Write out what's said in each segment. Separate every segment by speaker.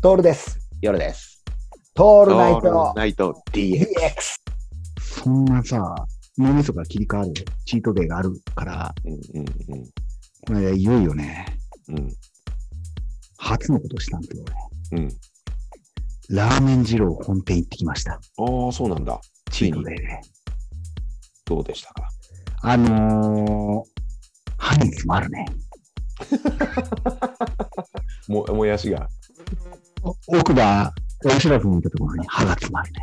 Speaker 1: トールです。
Speaker 2: 夜です。
Speaker 1: ト
Speaker 2: オ
Speaker 1: ールナイト
Speaker 2: ナイト DX。
Speaker 1: DX。そんなさ、脳みそが切り替わるチートデイがあるから、
Speaker 2: うんうん
Speaker 1: これいよいよね、
Speaker 2: うん
Speaker 1: 初のことしたんだけどね、
Speaker 2: うんうん。
Speaker 1: ラーメン二郎本店行ってきました。
Speaker 2: ああ、そうなんだ。つ
Speaker 1: チー
Speaker 2: い
Speaker 1: ト
Speaker 2: に
Speaker 1: デイで。
Speaker 2: どうでしたか。
Speaker 1: あのー、ハニーズもあるね。
Speaker 2: ももやしが。
Speaker 1: お奥が、おしらく向いたところに歯が詰ま るね。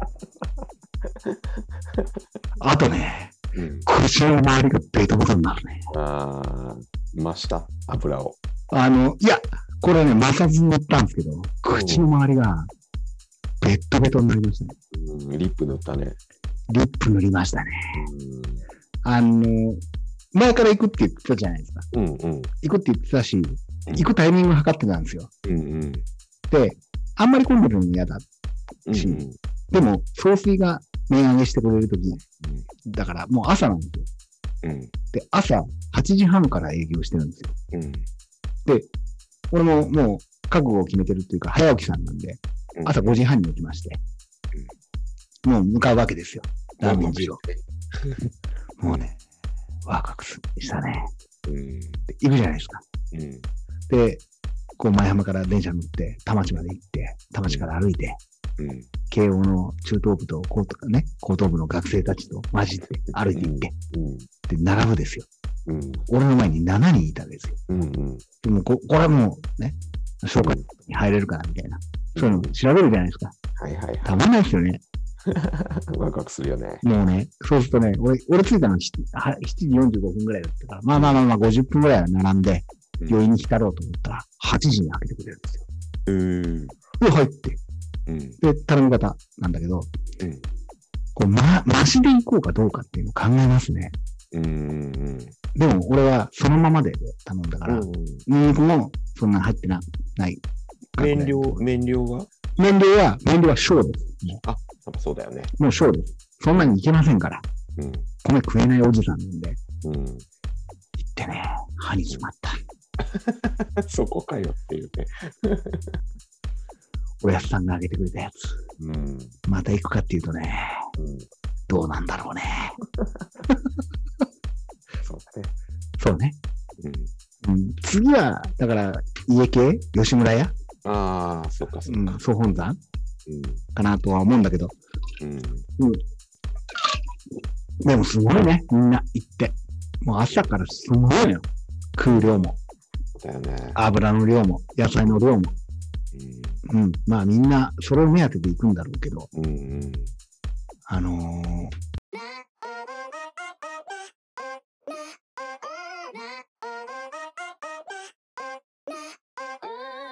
Speaker 1: あとね、
Speaker 2: うん、
Speaker 1: 腰の周りがベトベトになるね。
Speaker 2: ああ、ました。油を。
Speaker 1: あの、いや、これね、摩擦に乗ったんですけど、口の周りが、ベットベトになりましたね。
Speaker 2: うん、リップ塗ったね。
Speaker 1: リップ塗りましたね。あの、前から行くって言ってたじゃないですか。
Speaker 2: うんうん
Speaker 1: 行くって言ってたし、行くタイミングを測ってたんですよ。
Speaker 2: うんうん
Speaker 1: で、あんまり混んでるのも嫌だ。
Speaker 2: うんうん
Speaker 1: でも、総帥が値上げしてくれるとき、だからもう朝なんですよ。
Speaker 2: うん
Speaker 1: で、朝8時半から営業してるんですよ。
Speaker 2: うん
Speaker 1: 俺ももう覚悟を決めてるっていうか、早起きさんなんで、
Speaker 2: うん
Speaker 1: 朝5時半に起きまして、もう向かうわけですよ。ラーメン二郎。
Speaker 2: うん
Speaker 1: もうね、若くすしたね。
Speaker 2: うん
Speaker 1: で行くじゃないですか。
Speaker 2: うん
Speaker 1: で、こう前浜から電車乗って、田町まで行って、田町から歩いて、
Speaker 2: うん
Speaker 1: 慶応の中等部と高等,、ね、高等部の学生たちと混じって歩いて行って、
Speaker 2: うん
Speaker 1: で、並ぶですよ。
Speaker 2: うん
Speaker 1: 俺の前に7人いたんですよ。
Speaker 2: うんうん
Speaker 1: でもこ、これはもうね、紹介に入れるかなみたいな。そういうの調べるじゃないですか。
Speaker 2: はいはい
Speaker 1: たまんないですよね。
Speaker 2: はいワクワクするよね
Speaker 1: もうね、そうするとね、俺、俺着いたの7は7時45分ぐらいだったから、まあまあまあまあ50分ぐらいは並んで、
Speaker 2: うん
Speaker 1: 余韻に浸ろうと思ったら、8時に開けてくれるんですよ。
Speaker 2: うん
Speaker 1: で、入って、
Speaker 2: うん
Speaker 1: で、頼み方なんだけど、
Speaker 2: うん
Speaker 1: こう、ま、マシで行こうかどうかっていうのを考えますね。
Speaker 2: うんうん
Speaker 1: でも、俺はそのままで頼んだから、ニンニクもそんな入ってなない。
Speaker 2: 麺量麺量は
Speaker 1: 麺量は、麺量は小です。も
Speaker 2: やっぱそうだよね
Speaker 1: うもう小です。そんなにいけませんから。
Speaker 2: うん
Speaker 1: 米食えないおじさんなんで、
Speaker 2: うん
Speaker 1: 行 ってね、歯に決まった。
Speaker 2: そこかよっていうね
Speaker 1: おやつさんがあげてくれたやつ。
Speaker 2: うん
Speaker 1: また行くかっていうとね、
Speaker 2: うん
Speaker 1: どうなんだろうね。
Speaker 2: そうだね
Speaker 1: そうね。
Speaker 2: うん
Speaker 1: うん、次は、だから、家系吉村屋、
Speaker 2: ああそっかそっ
Speaker 1: うん
Speaker 2: か、
Speaker 1: 総本山
Speaker 2: うん
Speaker 1: かなとは思うんだけど、
Speaker 2: うん
Speaker 1: でもすごいね、みんな行って。もう朝からすごいのよ。食う量も、
Speaker 2: そうだよね
Speaker 1: 油の量も、野菜の量も。うん。まあみんな、それを目当てで行くんだろうけど、
Speaker 2: うんうん
Speaker 1: あのー